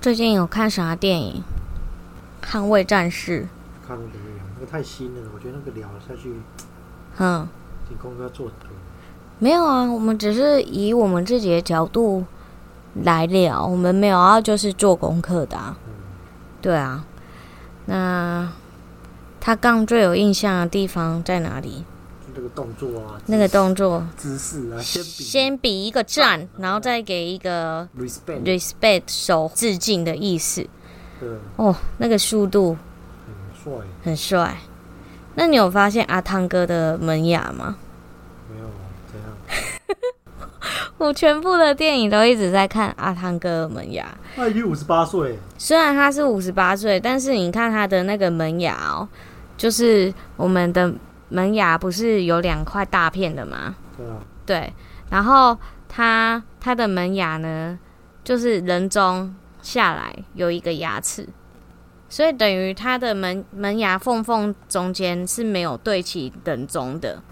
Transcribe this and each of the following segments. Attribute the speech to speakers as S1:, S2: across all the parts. S1: 最近有看啥电影？《捍卫战士》。
S2: 看了怎么样？那个太新了，我觉得那个聊下去，
S1: 嗯，
S2: 你功课要做很多。
S1: 没有啊，我们只是以我们自己的角度来聊，我们没有要就是做功课的、啊。
S2: 嗯
S1: 对啊，那他刚最有印象的地方在哪里？
S2: 就那个动作啊，
S1: 那个动作，
S2: 姿势啊，先比
S1: 先比一个赞，然后再给一个
S2: respect，
S1: respect 手致敬的意思。
S2: 对，
S1: 哦，那个速度
S2: 嗯很帅，
S1: 很帅。那你有发现阿汤哥的门牙吗？
S2: 没有怎样？
S1: 我全部的电影都一直在看阿汤哥的门牙，
S2: 他已哎经五十八岁，
S1: 虽然他是五十八岁，但是你看他的那个门牙哦，就是我们的门牙不是有两块大片的吗？
S2: 对啊，
S1: 对，然后他他的门牙呢，就是人中下来有一个牙齿，所以等于他的门门牙缝缝中间是没有对齐人中的。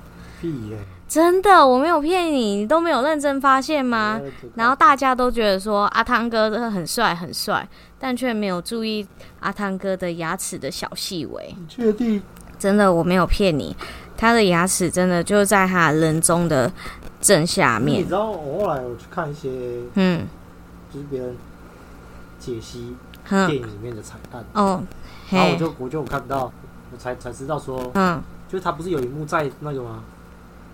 S2: 屁耶！
S1: 真的，我没有骗你，你都没有认真发现吗？
S2: 你要啊这个
S1: 然后大家都觉得说阿汤哥真的很帅很帅，但却没有注意阿汤哥的牙齿的小细微。
S2: 你确定？
S1: 真的，我没有骗你，他的牙齿真的就在他人中的正下
S2: 你
S1: 面
S2: 知。道我后来我去看一些
S1: 嗯
S2: 就是别人解析电
S1: 哼
S2: 影里面的彩蛋，
S1: 哦，
S2: 然后
S1: 嗯
S2: 我
S1: 嘿，
S2: 就我就有看到，我才才知道说，
S1: 嗯
S2: 就是他不是有一幕在那个吗？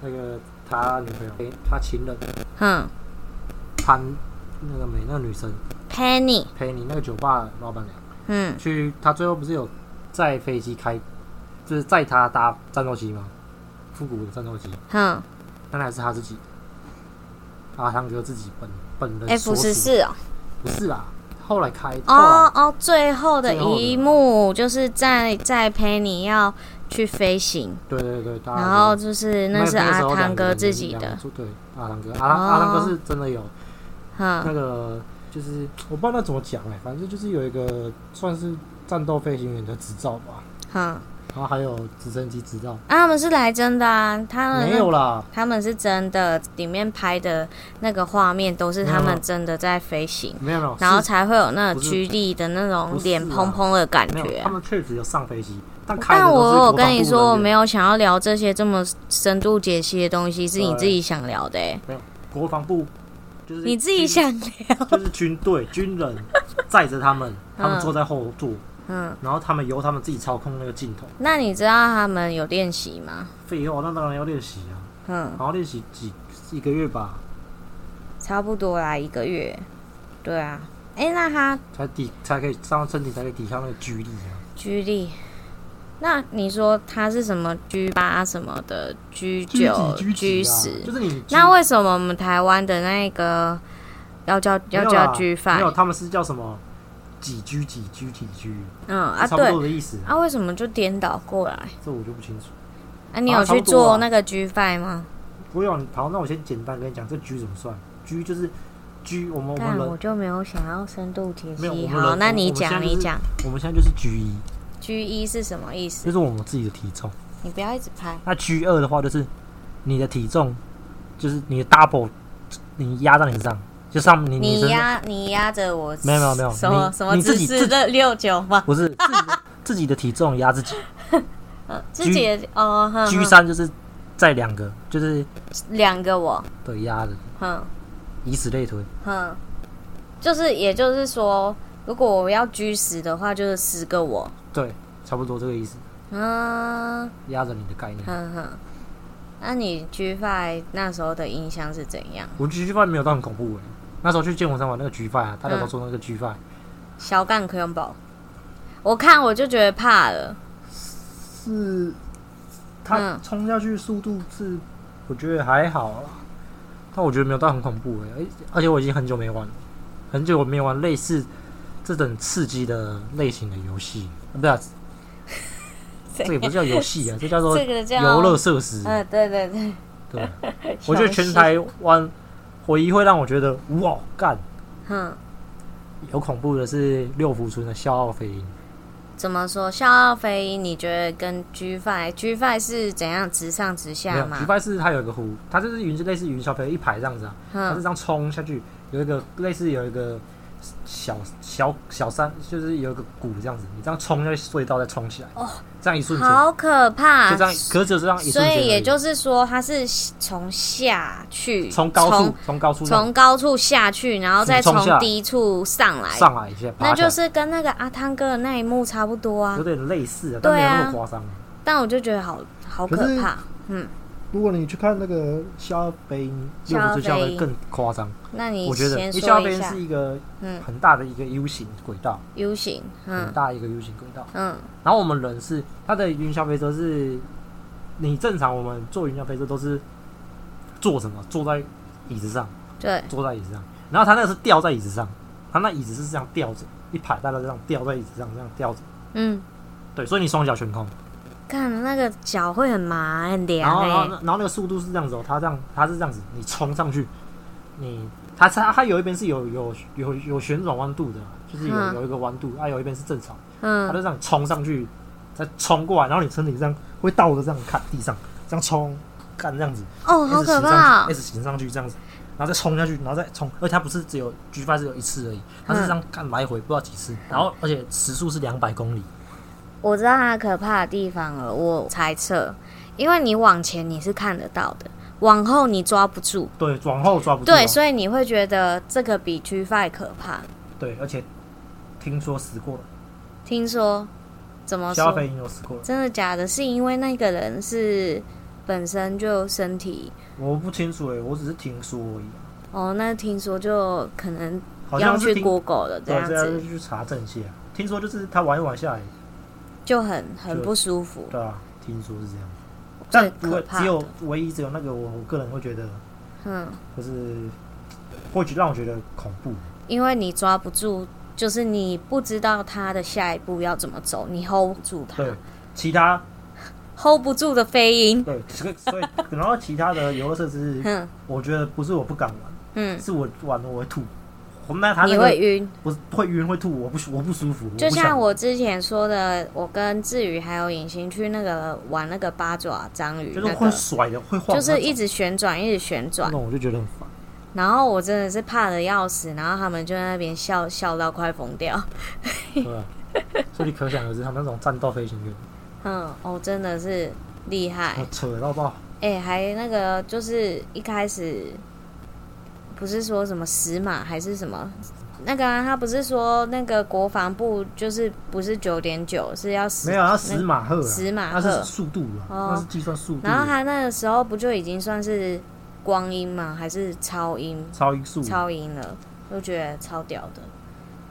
S2: 那个他女朋友，诶他情人
S1: 哼
S2: 潘那个美那个女生
S1: ，Penny，
S2: 陪你那个酒吧老板娘
S1: 嗯
S2: 去，他最后不是有载飞机开，就是载他搭战斗机吗？复古的战斗机，
S1: 哼
S2: 但还是他自己，阿汤哥自己本本人
S1: ，F
S2: 所
S1: 十
S2: 属，
S1: 四哦，
S2: 不是啦，后来开后来
S1: 哦哦，最后的
S2: 最后的
S1: 一幕就是在在 Penny 要去飞行。
S2: 对对啊对，大家
S1: 然后就是那是阿
S2: 时候
S1: 汤
S2: 两个
S1: 哥
S2: 人
S1: 自己
S2: 两
S1: 的哦
S2: 个，组对，阿汤哥，阿汤、阿汤哥是真的有那
S1: 嗯
S2: 个，就是我不知道那怎么讲哎、反正就是有一个算是战斗飞行员的执照吧，
S1: 哼，啊，
S2: 然后还有直升机执照，
S1: 他们是来真的啊，他们
S2: 没
S1: 那
S2: 有啦，
S1: 他们是真的，里面拍的那个画面都是他
S2: 没有
S1: 们
S2: 啊
S1: 真的在飞行，
S2: 没有没有，
S1: 然后
S2: 是
S1: 才会有那
S2: 不
S1: 种
S2: 哦是
S1: 居力的那
S2: 不
S1: 种
S2: 是
S1: 脸
S2: 啊
S1: 蓬蓬的感
S2: 没
S1: 觉
S2: 有，他
S1: 啊。
S2: 们确实有上飞机，但开的
S1: 但
S2: 都是
S1: 我有
S2: 国防
S1: 跟你
S2: 部
S1: 说，我
S2: 人员
S1: 没有想要聊这些这么深度解析的东西，是你
S2: 对
S1: 自己想聊的、欸，
S2: 国防部。就是
S1: 你自己
S2: 军，
S1: 想聊。
S2: 就是军队 军人载着他们，他们
S1: 嗯
S2: 坐在后座，
S1: 嗯，
S2: 然后他们由他们自己操控那个镜头。
S1: 那你知道他们有练习吗？
S2: 废话，那当然要练习啊。
S1: 嗯
S2: 然，后练习几一个月吧，
S1: 差不多啦，一个月。对啊，哎、那他
S2: 才抵才可以上身体才可以抵抗那个居力啊。
S1: 居力。那你说它是什么 G 八什么的 G 九
S2: 几几
S1: G
S2: 啊
S1: 十
S2: 就？是你
S1: 那为什么我们台湾的那个要叫要叫 G
S2: 没
S1: five？
S2: 有，他们是叫什么几居几居几居
S1: 嗯啊，
S2: 差不
S1: 对
S2: 多的意思啊，
S1: 啊，为什么就颠倒过来？
S2: 这我就不清楚。
S1: 啊，你
S2: 啊
S1: 有
S2: 差
S1: 去
S2: 不多啊
S1: 做那个 G five 吗？
S2: 不用，好，那我先简单跟你讲，这居怎么算？居就是居，我们我
S1: 但
S2: 们
S1: 我
S2: 人，
S1: 就没有想要深度解
S2: 没有我
S1: 析。
S2: 们
S1: 好，
S2: 人
S1: 那
S2: 我
S1: 你
S2: 我们现
S1: 讲
S2: 在
S1: 你
S2: 就是
S1: 讲
S2: 我们现在就是居一，
S1: G 一是什么意思
S2: 就？是我们自己的体重。
S1: 你不要一直拍。
S2: 那居二的话，就是你的体重，就是你的 double，你压到你身上，就上你你
S1: 你
S2: 身上
S1: 压你压着我，
S2: 没有没有没有
S1: 什么
S2: 你
S1: 什么
S2: 你
S1: 姿
S2: 自己
S1: 势
S2: 自
S1: 的六九吗？
S2: 不是自己的 自己的体重压自己。
S1: 嗯自己的哦，哼
S2: G
S1: 哼
S2: 三就是在两个，就是
S1: 两个我，
S2: 对压的，
S1: 哼
S2: 以此类推。
S1: 哼，就是也就是说，如果我要居十的话，就是十个我，
S2: 对，差不多这个意思，
S1: 嗯
S2: 压着你的概念。
S1: 哼哼。那你 G Five 那时候的印象是怎样？
S2: 我 G Five 没有到很恐怖诶、欸那时候去剑湖山玩那个 G Five 啊，大
S1: 嗯
S2: 家都说那个 G Five
S1: 小干可用宝，我看我就觉得怕了。
S2: 是
S1: 嗯
S2: 它冲下去速度是，我觉得还好啦，啊但我觉得没有到很恐怖欸诶、而而且我已经很久没玩了，很久没玩类似这种刺激的类型的游戏，啊不是啊、这也不是叫游戏啊，这叫做
S1: 这个叫
S2: 游乐设施。
S1: 嗯，对对对，
S2: 对，啊我觉得全台湾唯一会让我觉得哇干
S1: 哼，
S2: 有恐怖的是六福村的笑傲飞鹰，
S1: 怎么说？笑傲飞鹰，你觉得跟 G Five，G Five 是怎样直上直
S2: 没
S1: 下
S2: 有，
S1: 吗
S2: 迪？拜是它有一个湖，它就是云，类似云霄飞一排这样子啊，它是
S1: 哼
S2: 这样冲下去，有一个类似有一个小小小山，就是有一个谷这样子，你这样冲那隧道再冲起来，
S1: 哦，
S2: 这样一瞬间，
S1: 好可怕
S2: 就这！样，可是只有这样啊一
S1: 所
S2: 瞬间而已，
S1: 以也就是说，它是从下去，
S2: 从高处从高处
S1: 从
S2: 这样
S1: 从高处下去，然后再
S2: 俯冲下
S1: 从
S2: 来
S1: 低处上来，
S2: 上来一下，
S1: 那
S2: 爬起
S1: 就
S2: 来，
S1: 是跟那个阿汤哥的那一幕差不多啊
S2: 有。点类似，但没有那么夸张。
S1: 但我就觉得好好可
S2: 可是
S1: 怕。
S2: 如果你去看那个肖杯，
S1: 肖
S2: 又
S1: 亚
S2: 不是肖
S1: 非
S2: 杯更夸张，
S1: 那你
S2: 我觉得，因
S1: 先
S2: 为肖
S1: 说
S2: 杯
S1: 一下
S2: 是一个
S1: 嗯
S2: 很大的一个 U 型轨道，
S1: ，U 型，
S2: 很
S1: 嗯
S2: 大一个 U 型轨道。
S1: 嗯
S2: 然后我们人是它的云霄飞车是，你正常我们坐云霄飞车都是坐什么？坐在椅子上，
S1: 对，
S2: 坐在椅子上。然后它那个是吊在椅子上，它那椅子是这样吊着，一排大家这样吊在椅子上，这样吊着。
S1: 嗯，
S2: 对，所以你双脚悬空，
S1: 看那个脚会很麻很
S2: 然
S1: 凉
S2: 后然后
S1: 哎、
S2: 然后那个速度是这样子哦，它这样它是这样子，你冲上去，你它它它有一边是有有有有旋转弯度的，就是有
S1: 嗯
S2: 有一个弯度，啊有一边是正常，它
S1: 嗯
S2: 就这样冲上去，再冲过来，然后你身体这样会倒着这样看地上，这样冲，干这样子，
S1: 哦，
S2: 一
S1: 好
S2: 直
S1: 可
S2: 行
S1: 怕
S2: 上
S1: 哦
S2: 去，一，直行上去这样子，然后再冲下去，然后再冲，而且它不是只有举发只有一次而已，它是这样干来回不知道几次，然后而且时速是两百公里，
S1: 我知道它可怕的地方了，我猜测，因为你往前你是看得到的，往后你抓不住，啊
S2: 对，往后抓不住哦，
S1: 对，所以你会觉得这个比 G Five 可怕。
S2: 对，而且听说死过了，
S1: 听说怎么
S2: 肖
S1: 说？
S2: 飞已经有死过了，
S1: 真的假的？是因为那个人是本身就身体
S2: 我不清楚诶、我只是听说而已，
S1: 哦，那听说就可能
S2: 好
S1: 要
S2: 像是
S1: 去
S2: 听，
S1: Google 了，这
S2: 对，
S1: 样
S2: 这样
S1: 子
S2: 去查证一下，听说就是他玩一玩下来。
S1: 就很很
S2: 就
S1: 不舒服。
S2: 对啊，听说是这样。
S1: 最
S2: 但
S1: 可
S2: 我
S1: 怕
S2: 只有
S1: 的
S2: 唯一只有那个我，我个人会觉得，
S1: 嗯，
S2: 就是或许让我觉得恐怖。
S1: 因为你抓不住，就是你不知道他的下一步要怎么走，你 hold 不住他
S2: 对，其他
S1: ，hold 不住的飞鹰。
S2: 对，所以所以然后其他的游乐设施，
S1: 哼
S2: 我觉得不是我不敢玩，
S1: 嗯，
S2: 是我玩了我会吐。我那他那
S1: 你会
S2: 个
S1: 晕。
S2: 不是会晕会吐，我不我不舒服。
S1: 就
S2: 不
S1: 像
S2: 想
S1: 我之前说的，我跟志宇还有影星去那个玩那个八爪章鱼，
S2: 就
S1: 那
S2: 是
S1: 个
S2: 会甩的会晃
S1: 就
S2: 的那种，
S1: 是一直旋转，一直旋
S2: 那
S1: 转。
S2: 种我就觉得很 烦。
S1: 然后我真的是怕的要死，然后他们就在那边笑笑到快疯掉。
S2: 对啊，所以你可想而知，他们那种战斗飞行员，
S1: 嗯，哦，真的是厉害。
S2: 我扯到爆。
S1: 哎、还那个就是一开始不是说什么死马还是什么那个啊，他不是说那个国防部就是不是九点九是要死
S2: 没有，它
S1: 那
S2: 十马赫啊，
S1: 十马
S2: 那
S1: 赫
S2: 是速度啊，
S1: 哦
S2: 那是计算速度啊的。
S1: 然后他那个时候不就已经算是光阴嘛，还是超音
S2: 超音速，
S1: 超音了，就觉得超屌的。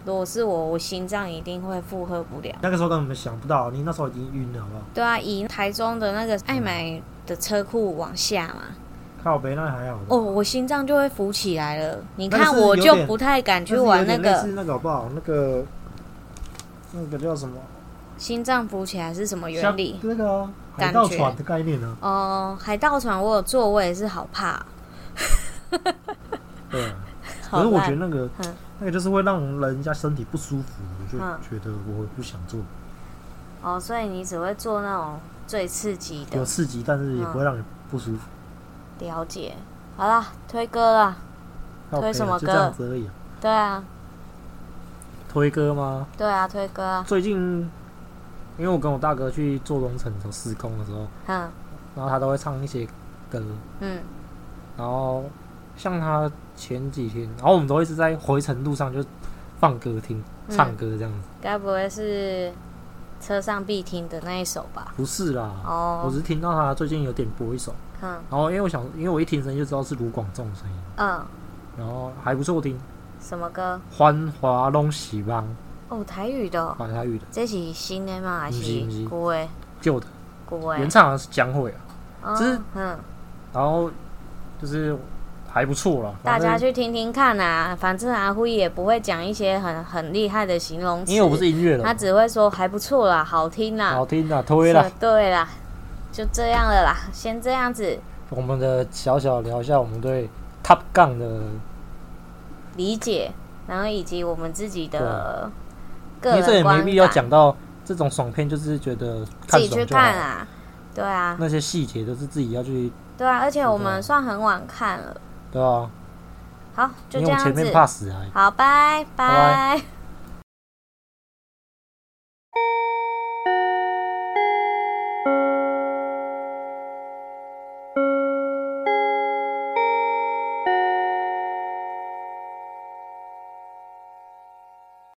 S1: 如果是我，我心脏一定会负荷不了。
S2: 那个时候根本想不到，你那时候已经晕了，好不好？
S1: 对啊，以台中的那个爱买的车库往下嘛，
S2: 嗯靠北那还好吧，
S1: 哦，我心脏就会浮起来了。你
S2: 那
S1: 看，
S2: 个是
S1: 我
S2: 有
S1: 就
S2: 点
S1: 不太敢
S2: 那
S1: 去
S2: 是有
S1: 玩那
S2: 点类似
S1: 个
S2: 那个好不好？那个那个叫什么
S1: 心脏浮起来是什么原
S2: 像
S1: 理？
S2: 那个啊
S1: 感
S2: 海盗
S1: 觉
S2: 船的概念啊呢？
S1: 哦、海盗船我有坐，我也是好怕，
S2: 对啊。可
S1: 好
S2: 是我觉得
S1: 烂。
S2: 那个
S1: 嗯
S2: 那个就是会让人家身体不舒服，我就
S1: 嗯
S2: 觉得我不想做，
S1: 哦，所以你只会做那种最刺激
S2: 有
S1: 的。
S2: 刺激，但是也不会让你不舒服。
S1: 了解。好啦，推歌啦。
S2: 靠北啊
S1: 嗯推什么
S2: 就
S1: 歌
S2: 这样子而已啊。
S1: 对啊，
S2: 推歌吗？
S1: 对啊，推歌啊。
S2: 最近因为我跟我大哥去做工程的时候施工的时候，
S1: 嗯
S2: 然后他都会唱一些歌，
S1: 嗯
S2: 然后像他前几天，然后我们都一直在回程路上就放歌听、
S1: 嗯
S2: 唱歌这样子。
S1: 该不会是车上必听的那一首吧？
S2: 不是啦，啊我
S1: 哦
S2: 只，是听到他最近有点播一首，
S1: 嗯
S2: 然后因为我想，因为我一听声音就知道是卢广仲的声音，
S1: 嗯，
S2: 然后还不错听，
S1: 什么歌？
S2: 《欢华拢喜邦
S1: 哦，台语的、哦》，
S2: 马台语的
S1: 这是新的吗？还
S2: 啊不是不
S1: 是
S2: 是
S1: 古诶
S2: 旧的，
S1: 古诶
S2: 原？唱好像是江蕙啊，
S1: 嗯
S2: 只是
S1: 嗯，
S2: 然后就是还不错啦，
S1: 大
S2: 反正
S1: 家去听听看啊，反正阿辉也不会讲一些很很厉害的形容词，
S2: 因为我不是音乐人
S1: 他，只会说还不错啦，好听啦
S2: 好，听啊，推啦
S1: 是，对啦，就这样了啦，先这样子
S2: 我们的小小聊一下我们对 Top Gun 的，
S1: 理解，然后以及我们自己
S2: 对
S1: 的
S2: 因
S1: 个
S2: 啊为这
S1: 人
S2: 也没
S1: 观
S2: 必要
S1: 感。
S2: 讲到这种爽片，就是觉得
S1: 自
S2: 看
S1: 己去
S2: 爽就好
S1: 看
S2: 了。
S1: 啊，对啊，
S2: 那些细节都是自己要去，
S1: 对啊，而且我
S2: 是的
S1: 们算很晚看了，
S2: 对啊，好，就
S1: 因为我
S2: 这样
S1: 前
S2: 子
S1: 面。怕死啊。
S2: 好，拜
S1: 拜
S2: 拜